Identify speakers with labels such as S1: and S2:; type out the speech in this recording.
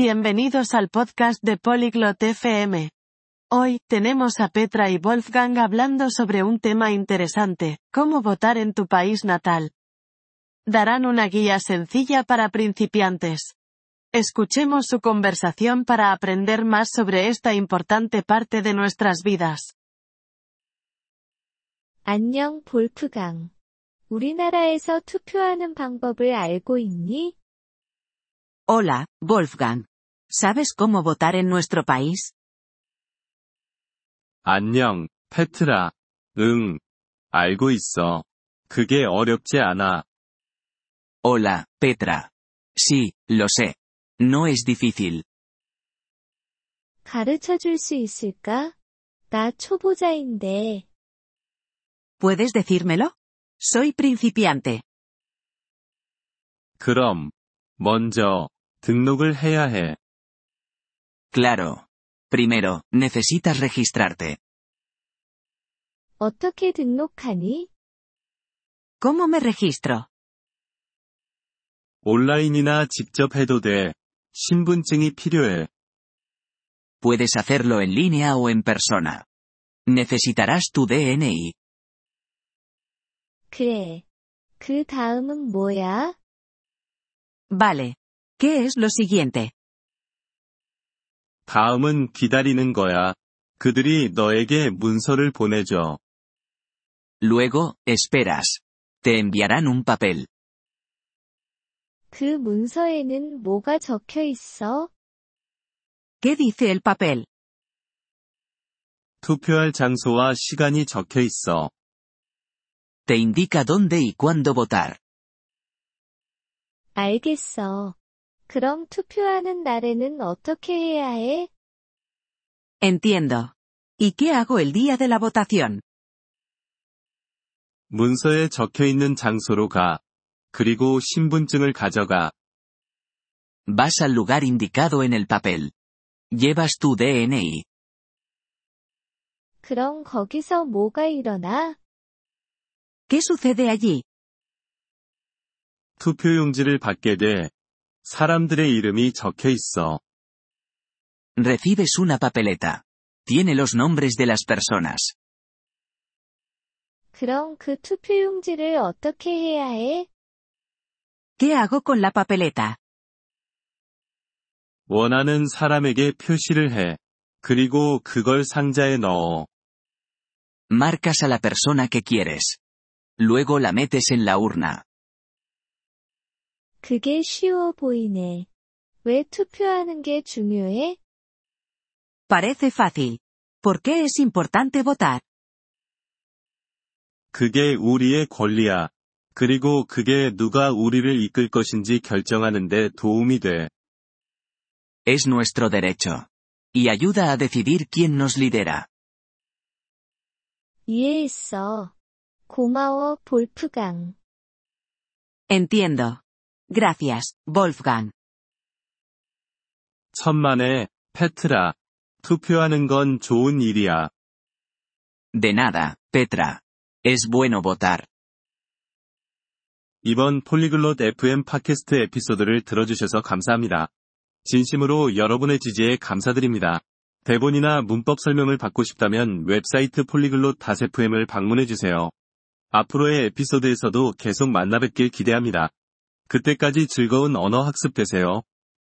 S1: Bienvenidos al podcast de Polyglot FM. Hoy, tenemos a Petra y Wolfgang hablando sobre un tema interesante, cómo votar en tu país natal. Darán una guía sencilla para principiantes. Escuchemos su conversación para aprender más sobre esta importante parte de nuestras vidas.
S2: 안녕, 볼프강. 우리나라에서 투표하는 방법을 알고 있니?
S3: Hola, Wolfgang. ¿Sabes cómo votar en nuestro país?
S4: 안녕, 페트라. 응. 알고 있어. 그게 어렵지 않아.
S5: Hola, Petra. Sí, lo sé. No es difícil.
S2: 가르쳐 줄 수 있을까? 나 초보자인데.
S3: ¿Puedes decírmelo? Soy principiante.
S4: 그럼, 먼저, 등록을 해야 해.
S5: Claro. Primero, necesitas registrarte.
S2: 어떻게 등록하니?
S3: ¿Cómo me registro?
S4: 온라인이나 직접 해도 돼. 신분증이 필요해.
S5: Puedes hacerlo en línea o en persona. Necesitarás tu DNI.
S2: 그래. 그 다음은 뭐야?
S3: Vale. ¿Qué es lo siguiente?
S4: 다음은 기다리는 거야. 그들이 너에게 문서를 보내줘.
S5: Luego, esperas. Te enviarán un papel.
S2: 그 문서에는 뭐가 적혀 있어?
S3: ¿Qué dice el papel?
S4: 투표할 장소와 시간이 적혀 있어.
S5: Te indica dónde y cuándo votar.
S2: 알겠어. 그럼 투표하는 날에는 어떻게 해야 해?
S3: Entiendo. ¿Y qué hago el día de la votación?
S4: 문서에 적혀 있는 장소로 가. 그리고 신분증을 가져가.
S5: Vas al lugar indicado en el papel. Llevas tu DNI.
S2: 그럼 거기서 뭐가 일어나?
S3: ¿Qué sucede allí?
S4: 투표용지를 받게 돼. 사람들의 이름이 적혀 있어.
S5: Recibes una papeleta. Tiene los nombres de las personas.
S2: 그럼 그 투표용지를 어떻게 해야 해?
S3: ¿Qué hago con la papeleta?
S4: 원하는 사람에게 표시를 해. 그리고 그걸 상자에 넣어.
S5: Marcas a la persona que quieres. Luego la metes en la urna.
S2: 그게 쉬워 보이네. 왜 투표하는 게 중요해?
S3: Parece fácil. ¿Por qué es importante votar?
S4: 그게 우리의 권리야. 그리고 그게 누가 우리를 이끌 것인지 결정하는데 도움이 돼.
S5: Es nuestro derecho. Y ayuda a decidir quién nos lidera.
S2: 이해했어. 고마워, 볼프강.
S3: Entiendo. Gracias, Wolfgang.
S4: 천만에, 페트라. 투표하는 건 좋은 일이야.
S5: De nada, Petra. Es bueno votar.
S4: 이번 폴리글롯 FM 팟캐스트 에피소드를 들어주셔서 감사합니다. 진심으로 여러분의 지지에 감사드립니다. 대본이나 문법 설명을 받고 싶다면 웹사이트 폴리글롯 FM을 방문해주세요. 앞으로의 에피소드에서도 계속 만나뵙길 기대합니다. 그때까지 즐거운 언어 학습 되세요.